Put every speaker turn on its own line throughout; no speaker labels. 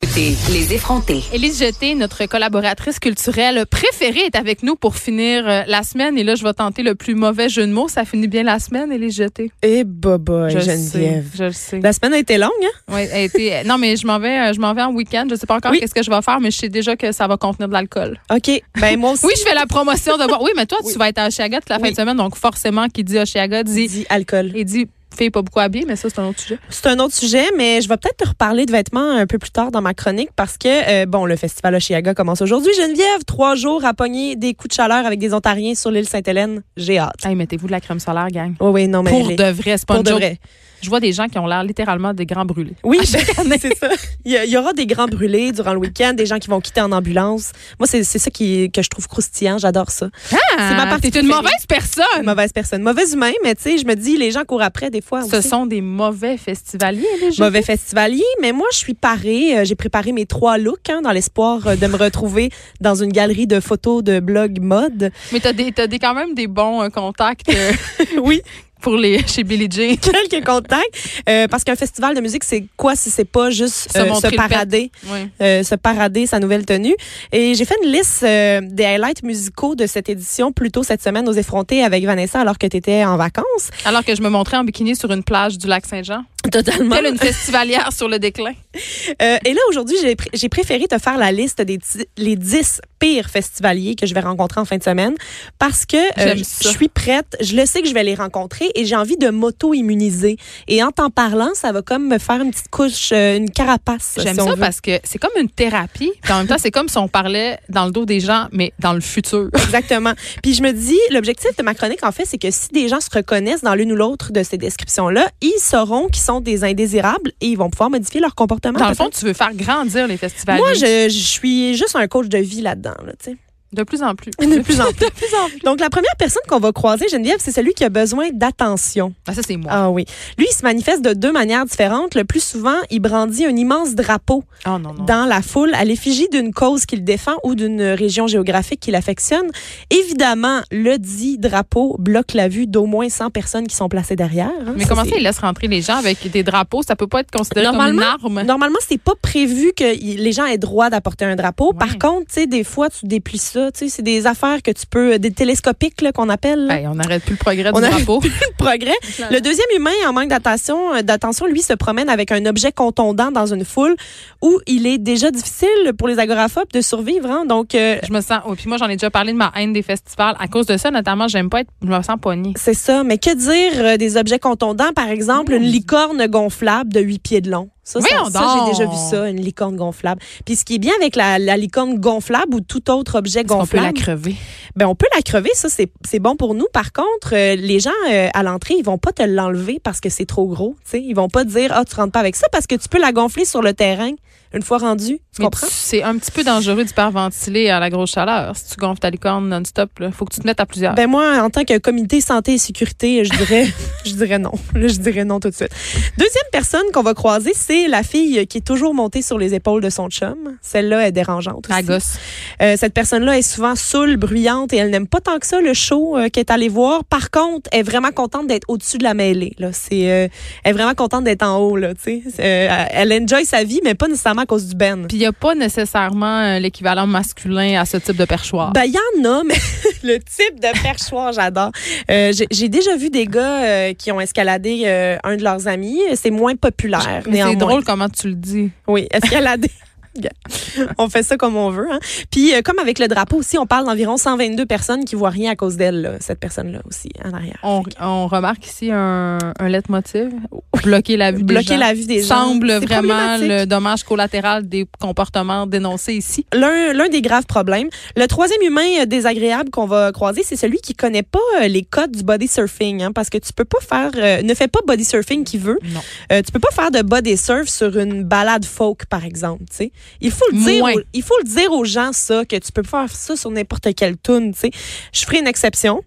écoutez Les effrontés.
Élise Jeté, notre collaboratrice culturelle préférée, est avec nous pour finir euh, la semaine. Et là, je vais tenter le plus mauvais jeu de mots. Ça finit bien la semaine, Élise Jeté.
Et Boba
je
et Eh, bah, Geneviève.
Sais, je le sais.
La semaine a été longue, hein?
Ouais, elle était- Non, mais je m'en vais, euh, je m'en vais en week-end. Je sais pas encore
Oui.
qu'est-ce que je vais faire, mais je sais déjà que ça va contenir de l'alcool.
OK. Ben, moi aussi.
Oui, je fais la promotion de boire. Oui, mais toi, tu vas être à Oshiaga toute la fin
Oui.
de semaine, donc forcément, qui dit Oshiaga dit,
dit alcool.
et dit fille pas beaucoup habillée, mais ça, c'est un autre sujet.
C'est un autre sujet, mais je vais peut-être te reparler de vêtements un peu plus tard dans ma chronique parce que, euh, bon, le festival Oshiaga commence aujourd'hui. Geneviève, trois jours à pogner des coups de chaleur avec des Ontariens sur l'île Sainte-Hélène. J'ai hâte.
Hey, mettez-vous de la crème solaire, gang.
Oui, oui, non, mais
Pour
elle est-
de vrai, c'est pas
pour
une
de
joke.
vrai.
Je vois des gens qui ont l'air littéralement des grands brûlés.
Oui, ben, c'est ça. Il y, a- il y aura des grands brûlés durant le week-end, des gens qui vont quitter en ambulance. Moi, c'est c'est ça qui, que je trouve croustillant. J'adore ça.
C'est
ma partie
T'es une
préférée.
mauvaise personne.
Mauvaise personne. Mauvaise humain, mais tu sais, je me dis, les gens courent après des fois.
Ce
aussi.
sont des mauvais festivaliers, les gens.
Mauvais festivalier, mais moi, je suis parée. Euh, J'ai préparé mes trois looks hein, dans l'espoir euh, de me retrouver dans une galerie de photos de blog mode.
Mais t'as des, t'as des, quand même des bons euh, contacts euh,
Oui,
pour les, chez Billy Jean.
quelques contacts. Euh, parce qu'un festival de musique, c'est quoi si c'est pas juste
Se
euh,
montrer
se
le pet.
parader?
Oui.
euh, se parader sa nouvelle tenue. Et j'ai fait une liste euh, des highlights musicaux de cette édition plus tôt cette semaine aux effrontés avec Vanessa alors que tu étais en vacances.
Alors que je me montrais en bikini sur une plage du lac Saint-Jean.
Totalement.
Telle une festivalière sur le déclin.
Euh, et là, aujourd'hui, j'ai pr- j'ai préféré te faire la liste des dix- les 10 pires festivaliers que je vais rencontrer en fin de semaine parce que euh,
J'aime
je
ça.
je suis prête, je le sais que je vais les rencontrer et j'ai envie de m'auto-immuniser. Et en t'en parlant, ça va comme me faire une petite couche, euh, une carapace.
J'aime
si on
ça
veut.
parce que c'est comme une thérapie. Puis en même temps, c'est comme si on parlait dans le dos des gens, mais dans le futur.
Ah, Exactement. Puis je me dis, l'objectif de ma chronique, en fait, c'est que si des gens se reconnaissent dans l'une ou l'autre de ces descriptions-là, ils sauront qu'ils sont des indésirables et ils vont pouvoir modifier leur comportement.
Dans le fond, tu veux faire grandir les festivaliers.
moi, je, je suis juste un coach de vie là-dedans, là, tu sais.
De plus en plus.
De plus en plus.
De plus en plus.
Donc, la première personne qu'on va croiser, Geneviève, c'est celui qui a besoin d'attention.
Ah, ça, c'est moi.
Ah oui. Lui, il se manifeste de deux manières différentes. Le plus souvent, il brandit un immense drapeau
Oh non, non.
dans la foule à l'effigie d'une cause qu'il défend ou d'une région géographique qu'il affectionne. Évidemment, le dit drapeau bloque la vue d'au moins 100 personnes qui sont placées derrière. hein.
Mais comment ça,
c'est-
ils laissent rentrer les gens avec des drapeaux? Ça peut pas être considéré comme une
Normalement,
arme.
Normalement, c'est pas prévu que y- les gens aient droit d'apporter un drapeau.
Ouais.
Par contre, tu sais, des fois, tu déplies ça. Tu sais, c'est des affaires que tu peux, euh, des télescopiques là, qu'on appelle. là.
Hey, on n'arrête plus le progrès
On
du
n'arrête
drapeau.
de progrès. Le deuxième humain en manque d'attention, euh, d'attention, lui, se promène avec un objet contondant dans une foule où il est déjà difficile pour les agoraphobes de survivre. hein. Donc, euh,
Je me sens. oh, puis moi, j'en ai déjà parlé de ma haine des festivals. À cause de ça, notamment, j'aime pas être. Je me sens pognée.
c'est ça. Mais que dire euh, des objets contondants? Par exemple, une licorne gonflable de 8 pieds de long. Ça, ça,
Voyons
ça,
donc!
j'ai déjà vu ça, une licorne gonflable. Puis ce qui est bien avec la, la licorne gonflable ou tout autre objet
On peut la
gonflable,
crever.
ben on peut la crever, ça c'est c'est bon pour nous. Par contre, euh, les gens euh, à l'entrée, ils vont pas te l'enlever parce que c'est trop gros, tu sais, ils vont pas te dire "Ah, tu rentres pas avec ça" parce que tu peux la gonfler sur le terrain une fois rendue, tu
Mais
comprends
tu- C'est un petit peu dangereux d'hyperventiler à la grosse chaleur. Si tu gonfles ta licorne non-stop, là, faut que tu te mettes à plusieurs.
Ben moi, en tant que comité santé et sécurité, je dirais, je dirais non. Là, je dirais non tout de suite. Deuxième personne qu'on va croiser, c'est la fille qui est toujours montée sur les épaules de son chum. Celle-là est dérangeante
Ta
aussi.
gosse.
Euh, cette personne-là est souvent saoule, bruyante et elle n'aime pas tant que ça le show euh, qu'elle est allée voir. Par contre, elle est vraiment contente d'être au-dessus de la mêlée. Là. C'est, euh, elle est vraiment contente d'être en haut. Là, tu sais. Euh, elle enjoy sa vie, mais pas nécessairement à cause du Ben.
Puis il n'y a pas nécessairement euh, l'équivalent masculin à ce type de perchoir.
Ben, il y en a, mais le type de perchoir, j'adore. Euh, j'ai, j'ai déjà vu des gars euh, qui ont escaladé euh, un de leurs amis. C'est moins populaire,
Mais c'est
néanmoins.
drôle comment tu le dis.
Oui, escalader. Regarde, on fait ça comme on veut. Hein. Puis, euh, comme avec le drapeau aussi, on parle d'environ 122 personnes qui voient rien à cause d'elle, là, cette personne-là aussi, en arrière.
On, on remarque ici un, un leitmotiv. Bloquer la vue des
Bloquer
gens.
la vue des gens.
semble
c'est
vraiment
problématique.
le dommage collatéral des comportements dénoncés ici.
l'un, l'un des graves problèmes. Le troisième humain euh, désagréable qu'on va croiser, c'est celui qui connaît pas euh, les codes du body surfing, hein, parce que tu peux pas faire, euh, ne fais pas body surfing qui veut.
Non.
Euh, tu peux pas faire de body surf sur une balade folk, par exemple. tu sais. Il faut le dire,
Moins.
aux- il faut le dire aux gens ça que tu peux pas faire ça sur n'importe quelle tune. tu sais. Je ferai une exception.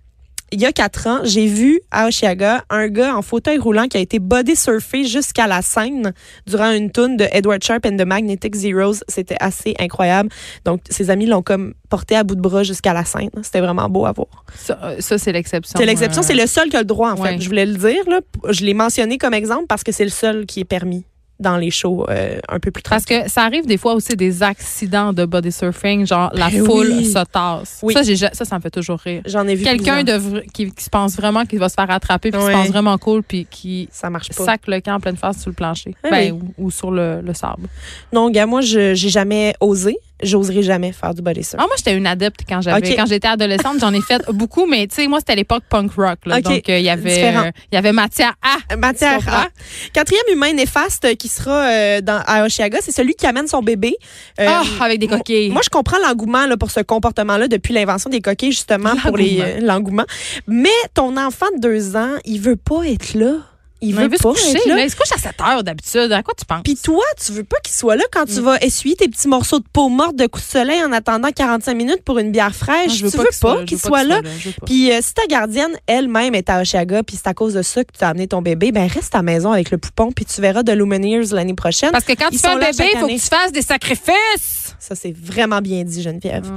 Il y a quatre ans, j'ai vu à Oshiaga un gars en fauteuil roulant qui a été body surfé jusqu'à la scène durant une tune de Edward Sharp and the Magnetic Zeros. C'était assez incroyable. Donc, ses amis l'ont comme porté à bout de bras jusqu'à la scène. C'était vraiment beau à voir.
Ça, euh, ça, c'est l'exception.
C'est l'exception,
Euh,
c'est le seul qui a le droit, en fait.
ouais.
Je voulais le dire, là. Je l'ai mentionné comme exemple parce que c'est le seul qui est permis. dans les shows euh, un peu plus tard.
Parce que ça arrive des fois aussi des accidents de body surfing, genre la
Ben
foule
oui.
se tasse.
Oui.
Ça, j'ai ja- ça, ça me fait toujours rire.
J'en ai vu
Quelqu'un
plusieurs.
de vr- qui, qui se pense vraiment qu'il va se faire attraper, puis qui
Ouais.
se pense vraiment cool, puis qui
ça marche pas. Ah
sac le camp en pleine face sur le plancher ben,
Ouais, mais-
ou, ou sur le, le sable.
Non, gars, moi je j'ai jamais osé, j'oserai jamais faire du body surf.
Ah, moi, j'étais une adepte quand j'avais
Ok.
quand j'étais adolescente. J'en ai fait beaucoup, mais tu sais, moi, c'était à l'époque punk rock. là.
Ok.
Donc, euh, il y avait
Différent.
euh, il y avait matière Ah, à.
Euh, Matière
Tu comprends?
A. Quatrième humain néfaste qui sera euh, dans, à Oshiaga, c'est celui qui amène son bébé. Euh,
Ah, avec des coquilles.
Moi, je comprends l'engouement là, pour ce comportement-là depuis l'invention des coquilles, justement, pour les
L'engouement.
euh, l'engouement. Mais ton enfant de deux ans, il veut pas être là. Il
Mais
veut
se
pas
coucher.
être là.
là. Il se couche à 7 heures d'habitude. À quoi tu penses?
Puis toi, tu veux pas qu'il soit là quand tu vas essuyer tes petits morceaux de peau morte de coups de soleil en attendant 45 minutes pour une bière fraîche.
Moi,
tu veux pas
je
qu'il
veux
soit là.
je veux pas.
Puis euh, si ta gardienne elle-même est à Oshiaga, puis c'est à cause de ça que tu as amené ton bébé, ben reste à la maison avec le poupon, puis tu verras de Lumineers l'année prochaine.
Parce que quand
Ils
tu fais un
sont là
bébé, il
chaque
faut que
année.
tu fasses des sacrifices.
Ça, c'est vraiment bien dit, Geneviève.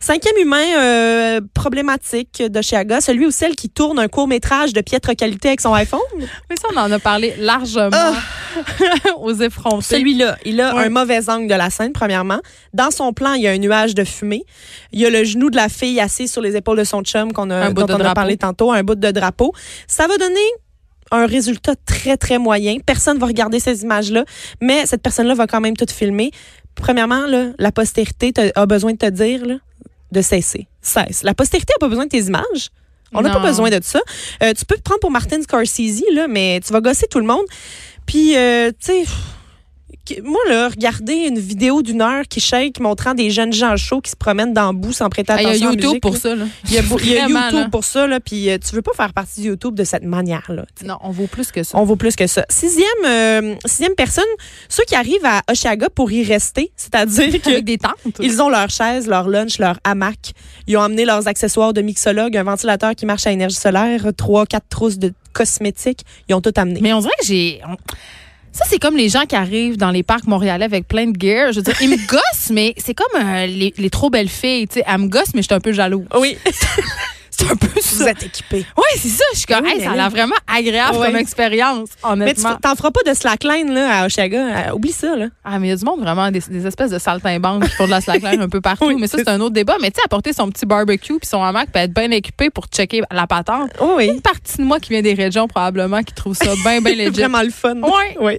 Cinquième humain euh, problématique d'Oshiaga, celui ou celle qui tourne un court-métrage de piètre qualité avec son iPhone.
Mais ça, on en a parlé largement
Ah!
aux effrontés.
Celui-là, il a
Ouais.
un mauvais angle de la scène, premièrement. Dans son plan, il y a un nuage de fumée. Il y a le genou de la fille assis sur les épaules de son chum qu'on a,
Un bout
dont
de
on a
drapeau.
parlé tantôt, un bout de drapeau. Ça va donner un résultat très, très moyen. Personne va regarder ces images-là, mais cette personne-là va quand même tout filmer. Premièrement, là, la postérité te- a besoin de te dire là, de cesser. Cesse. La postérité n'a pas besoin de tes images. On n'a pas
Non.
besoin de ça. Euh, tu peux te prendre pour Martin Scorsese, là, mais tu vas gosser tout le monde. Puis, euh, tu sais, pff, que- moi, là, regarder une vidéo d'une heure qui shake montrant des jeunes gens chauds qui se promènent dans le bout sans prêter
Ah, Il
attention.
y a
à la
YouTube
musique,
pour
là.
ça. là.
Il y a, il y a
Vraiment,
YouTube
là.
pour ça, là, puis euh, tu veux pas faire partie de YouTube de cette manière-là. tu sais.
Non, on vaut plus que ça.
On vaut plus que ça. Sixième, euh, sixième personne, ceux qui arrivent à Oshiaga pour y rester, c'est-à-dire que
Avec des tentes.
ils ont leur chaise, leur lunch, leur hamac. Ils ont amené leurs accessoires de mixologue, un ventilateur qui marche à énergie solaire, trois, quatre trousses de cosmétiques. Ils ont tout amené.
Mais on dirait que j'ai. on- Ça, c'est comme les gens qui arrivent dans les parcs montréalais avec plein de gear. Je veux dire, ils me gossent, mais c'est comme euh, les, les trop belles filles. Tu sais, elles me gossent, mais je suis un peu jaloux.
oui,
C'est un peu
vous
ça.
êtes équipés.
Oui, c'est ça. Je suis comme,
Oui,
hey,
mais
ça a
là-
l'air vraiment agréable
Ouais.
comme expérience,
Mais tu
honnêtement.
t'en feras pas de slackline là, à Oshaga. Euh, Oublie ça. Là.
Ah, mais il y a du monde vraiment, des, des espèces de saltimbanques qui font de la slackline un peu partout.
Oui,
mais ça, c'est un autre débat. Mais tu sais, apporter son petit barbecue puis son hamac puis être bien équipé pour checker la patente.
Oh oui.
Une partie de moi qui vient des régions, probablement, qui trouve ça bien, bien
C'est
Ben, legit.
vraiment le fun.
Ouais.
Oui.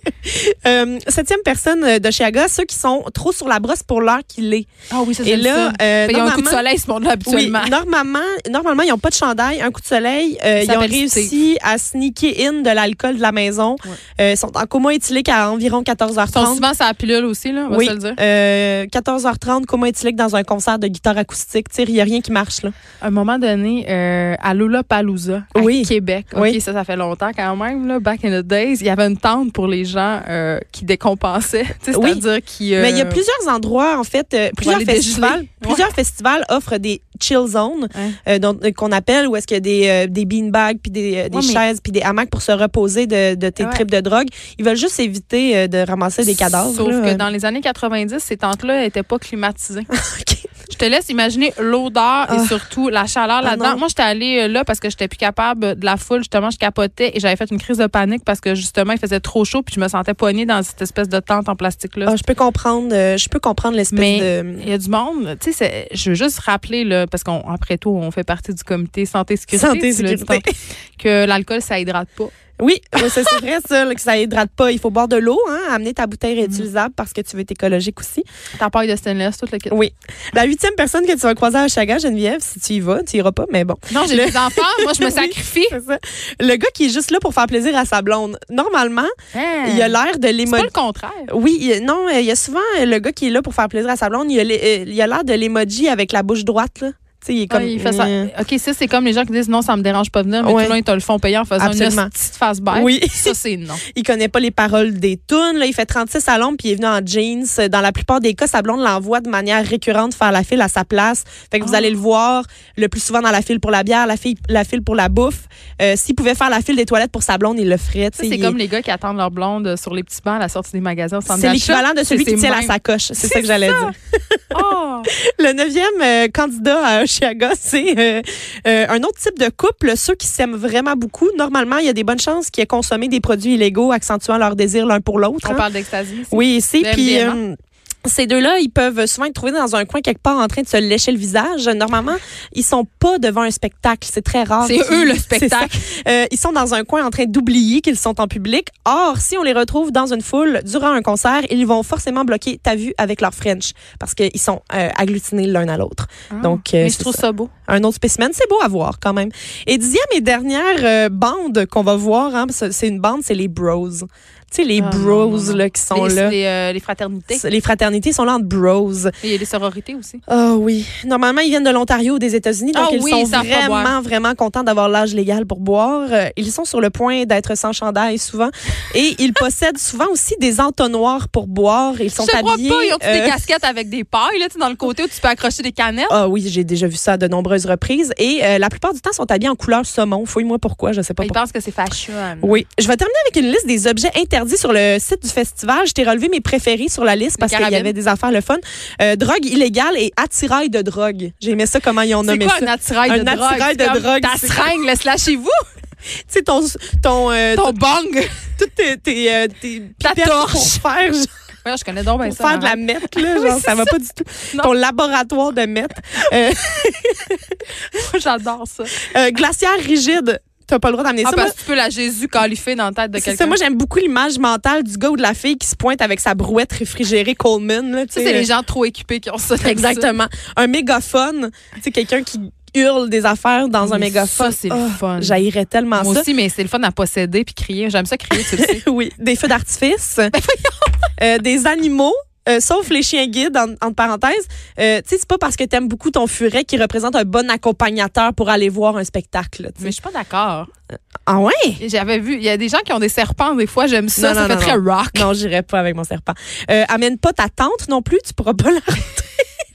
Euh, septième personne euh, de Chiaga, ceux qui sont trop sur la brosse pour l'heure qu'il est.
Ah oui, ça, c'est
Et là, euh,
il y a un coup de
normalement,
soleil, ce monde-là,
oui,
habituellement.
normalement, normalement, ils n'ont pas de chandail, un coup de soleil. euh,
Ça
ils ont
s'appelle
réussi à sneaker in de l'alcool de la maison.
Ouais.
Euh, ils sont en coma éthylique à environ
Ils sont
14h30.
souvent sur la pilule aussi, là, on va
Oui,
se le dire.
euh, 14h30, coma éthylique dans un concert de guitare acoustique. Tu sais, Il n'y a rien qui marche. là.
À un moment donné, euh, à Lollapalooza, à
Oui.
Québec, OK,
Oui.
ça, ça fait longtemps quand même, là, back in the days, il y avait une tente pour les gens euh, qui décompensaient, Tu sais,
Oui.
c'est-à-dire qui... euh,
Mais il y a plusieurs endroits, en fait, euh, plusieurs
aller dégeler.
festivals. Plusieurs festivals offrent des chill zones
Ouais.
euh, dont- euh, qu'on appelle où est-ce qu'il y a des, euh, des beanbags, puis des, euh, des
Ouais, mais-
chaises, puis des hamacs pour se reposer de, de tes
Ouais.
tripes de drogue. Ils veulent juste éviter euh, de ramasser des cadavres.
Sauf
là. euh.
que dans les années 90, ces tentes-là n'étaient pas climatisées.
OK.
Je te laisse imaginer l'odeur et
Ah.
surtout la chaleur là-dedans.
non.
Moi, j'étais allée euh, là parce que j'étais plus capable de la foule. Justement, je capotais et j'avais fait une crise de panique parce que justement, il faisait trop chaud puis je me sentais poignée dans cette espèce de tente en plastique-là.
Ah, je peux comprendre, euh, je peux comprendre l'espèce
Mais-
de.
Il y a du monde, tu sais, c'est- je veux juste rappeler, là, parce qu'après tout, on fait partie du comité santé-sécurité,
Santé,
tu l'as dit
sécurité.
tantôt, que l'alcool, ça hydrate pas.
Oui, oui, ça, c'est vrai, ça, là, que ça hydrate pas. Il faut boire de l'eau, hein, amener ta
Mm.
bouteille réutilisable parce que tu veux être écologique aussi.
T'en parles de stainless, tout le kit.
Oui. La huitième personne que tu vas croiser à Chaga, Geneviève, si tu y vas, tu iras pas, mais bon.
Non, j'ai
Le-
des enfants, moi, je me
Oui.
sacrifie.
C'est ça. Le gars qui est juste là pour faire plaisir à sa blonde. Normalement, il a l'air de
Hein. C'est pas
l'émoji.
le contraire.
Oui, il- non, euh, il y a souvent euh, le gars qui est là pour faire plaisir à sa blonde, il a l'é- euh, il a l'air de l'emoji avec la bouche droite, là. Tu sais, il est comme.
Ouais, Ah, il fait ça.
Euh,
OK, ça, c'est comme les gens qui disent non, ça me dérange pas de venir, mais
Ouais.
tout le monde, ils te le font payer en faisant
Absolument.
une petite face back.
Oui.
Ça, c'est non.
Il connaît pas les paroles des tunes. Là. Il fait 36 à l'ombre puis il est venu en jeans. Dans la plupart des cas, sa blonde l'envoie de manière récurrente faire la file à sa place. Fait que vous
Ah.
allez le voir le plus souvent dans la file pour la bière, la file, la file pour la bouffe. Euh, S'il pouvait faire la file des toilettes pour sa blonde, il le ferait. tu
Ça,
sais,
c'est
il-
comme les gars qui attendent leur blonde sur les petits bancs à la sortie des magasins. au centre
C'est
d'achat.
l'équivalent de celui
C'est
qui
ses
tient la
mêmes.
sacoche. C'est
C'est
ça que j'allais
ça.
dire.
Ah!
Le neuvième euh, candidat à Chiaga, c'est euh, euh, un autre type de couple, ceux qui s'aiment vraiment beaucoup. Normalement, il y a des bonnes chances qu'ils aient consommé des produits illégaux accentuant leur désir l'un pour l'autre.
On
hein.
parle d'extasie. ici.
Oui, ici.
Le
Puis.
MDMA.
euh, ces deux-là, ils peuvent souvent être trouvés dans un coin quelque part en train de se lécher le visage. Normalement, ils sont pas devant un spectacle. C'est très rare.
C'est
qu'ils-
eux le
C'est ça.
spectacle.
Euh, ils sont dans un coin en train d'oublier qu'ils sont en public. Or, si on les retrouve dans une foule durant un concert, ils vont forcément bloquer ta vue avec leur French parce qu'ils sont euh, agglutinés l'un à l'autre. Donc,
Ah,
euh,
mais je
c'est
trouve
ça.
ça, beau.
Un autre spécimen, c'est beau à voir quand même. Et dixième et dernière euh, bande qu'on va voir, hein, parce que c'est une bande, c'est les bros. Tu sais, les
Ah,
bros
non, non, non.
là, qui sont
les,
là.
les, euh, les fraternités.
Les fraternités sont là entre bros.
Et Il y a les sororités aussi.
Ah oui. Normalement, ils viennent de l'Ontario ou des États-Unis, donc
Ah
ils
oui,
sont
ils savent pas
vraiment,
boire.
vraiment contents d'avoir l'âge légal pour boire. Euh, Ils sont sur le point d'être sans chandail souvent. Et ils possèdent souvent aussi des entonnoirs pour boire. Ils sont
je te crois pas,
habillés.
ils ont
euh,
des casquettes avec des pailles là, tu sais, dans le côté où tu peux accrocher des canettes.
ah oui, j'ai déjà vu ça à de nombreuses reprises. Et euh, la plupart du temps, ils sont habillés en couleur saumon. Fouille-moi pourquoi, je sais pas
ils
pourquoi.
pensent que c'est fashion.
Oui. Je vais terminer avec une liste des objets interdits sur le site du festival. Je t'ai relevé mes préférés sur la liste parce qu'il y
carabines.
avait des affaires le fun. Euh, drogue illégale et attirail de drogue. J'aimais ça, comment ils ont
C'est
nommé
quoi
ça.
un attirail
Un
de drogue?
attirail de
C'est comme
drogue,
Ta
c'est-
seringue, laisse-la chez vous.
tu sais, ton, ton, euh,
Ton bang.
toutes tes, tes, euh, tes
Ta
pipettes
torche.
pour faire, genre,
Ouais, je connais donc bien
pour
ça. hein.
faire de la
Marie.
meth, là, genre, ça va pas du tout.
Non.
Ton laboratoire de meth. Euh,
J'adore ça.
euh, glaciaire rigide. T'as pas le droit d'amener
Ah,
ça. Moi,
parce que tu peux la Jésus qualifier dans la tête de
c'est ça,
quelqu'un.
moi j'aime beaucoup l'image mentale du gars ou de la fille qui se pointe avec sa brouette réfrigérée Coleman. Là,
Ça,
tu sais, euh,
c'est les gens trop équipés qui ont ça. comme ça.
Exactement. Un mégaphone. Tu sais, quelqu'un qui hurle des affaires dans un
Mais Ça,
mégaphone.
c'est le
Oh,
fun.
J'haïrais tellement
Moi
ça.
aussi, mais c'est le fun à posséder puis crier. J'aime ça crier, tu le sais.
Oui, des feux d'artifice,
Ben
Euh, des animaux. euh, sauf les chiens guides, en, entre parenthèses. Euh, tu sais, c'est pas parce que t'aimes beaucoup ton furet qui représente un bon accompagnateur pour aller voir un spectacle. là, tu sais.
Mais je suis pas d'accord.
Ah ouais?
J'avais vu, il y a des gens qui ont des serpents, des fois, j'aime ça.
Non, non,
ça fait
non,
très rock.
Non, j'irai pas avec mon serpent. Euh, amène pas ta tante non plus, tu pourras pas l'arrêter.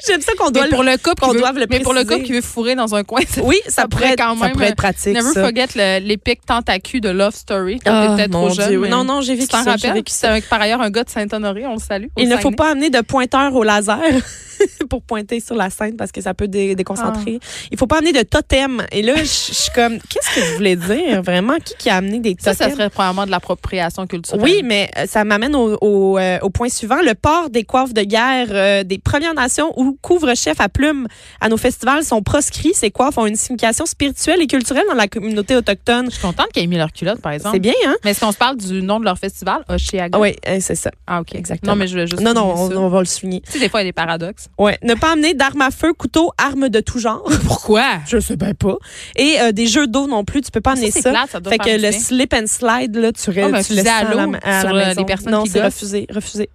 J'aime ça qu'on doit
Mais pour
le...
le couple,
qu'on
qui veut-
doive le
mais pour le couple
préciser.
qui veut fourrer dans un coin, c'est
Oui,
ça
ça, pourrait
pourrait
être,
quand
ça
même, euh,
pourrait être pratique,
Never
ça.
forget le- l'épique tentacule de Love Story. Quand
Ah,
t'es peut-être
mon
trop jeune.
Dieu, oui.
mais
Non, non, j'ai
Tu
vécu
t'en
ça. j'ai
rappelles?
vécu
C'est
ça.
un- par ailleurs un gars de Saint-Honoré, on le salue. au
Il ne faut
Saguenay.
pas amener de pointeur au laser pour pointer sur la scène parce que ça peut dé- déconcentrer.
Ah.
Il faut pas amener de totem. Et là, je je suis comme, qu'est-ce que vous voulez dire vraiment? Qui, qui a amené des
Ça,
totems?
ça serait probablement de l'appropriation culturelle.
Oui, mais euh, ça m'amène au, au, euh, au point suivant. Le port des coiffes de guerre euh, des Premières Nations ou couvre-chef à plumes à nos festivals sont proscrits. Ces coiffes ont une signification spirituelle et culturelle dans la communauté autochtone.
Je suis contente qu'ils aient mis leur culotte, par exemple.
C'est bien, hein?
Mais est-ce qu'on se parle du nom de leur festival, Oshiaga?
Oui, c'est ça.
Ah, OK.
Exactement.
Non, mais je voulais juste.
Non, non,
souligner
on,
ça.
on va le souligner.
Tu sais, des fois, il y a des paradoxes.
Ouais. Ne pas amener d'armes à feu, couteaux, armes de tout genre.
Pourquoi?
Je sais bien pas. Et euh, des jeux d'eau non plus, tu peux pas amener
c'est
ça.
plate, Ah, ça doit
fait
faire
que
du
le
bien.
slip and slide, là, tu,
Ah,
restes
mais
tu le
fusée à
sens à la,
l'eau
à la
sur le-
maison.
les personnes
non,
qui
c'est
gossent.
refusé, refusé.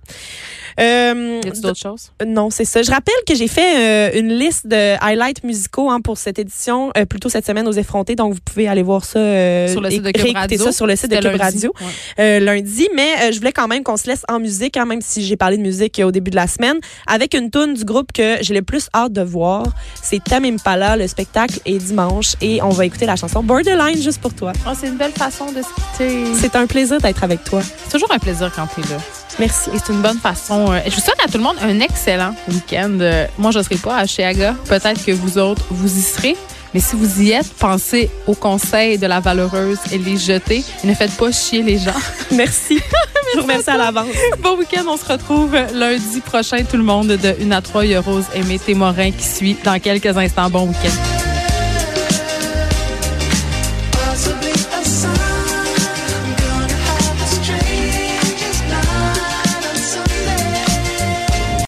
Euh,
Y a-tu d'autres choses?
d- non, c'est ça. Je rappelle que j'ai fait euh, une liste de highlights musicaux hein, pour cette édition, euh, plutôt cette semaine aux effrontés. Donc, vous pouvez aller voir ça euh,
Sur le site de
et
Cube
réécouter
Radio.
ça sur le site de
C'était
Cube
lundi.
Radio
Ouais.
euh, lundi. Mais euh, je voulais quand même qu'on se laisse en musique, hein, même si j'ai parlé de musique euh, au début de la semaine, avec une tune du groupe que j'ai le plus hâte de voir. C'est Tam Impala. Le spectacle est dimanche et on va écouter la chanson Borderline juste pour toi.
Oh, c'est une belle façon de se quitter.
C'est un plaisir d'être avec toi.
C'est toujours un plaisir quand t'es là.
Merci.
Et c'est une bonne façon. euh, je vous souhaite à tout le monde un excellent week-end. Euh, moi, je ne serai pas à Chiaga. Peut-être que vous autres, vous y serez. Mais si vous y êtes, pensez aux conseils de la valeureuse et les jetez. Et ne faites pas chier les gens.
Merci. Je vous remercie à l'avance.
bon week-end. On se retrouve lundi prochain, tout le monde, de 1 à 3. Il y a Rose Aimée Témorin qui suit dans quelques instants. Bon week-end.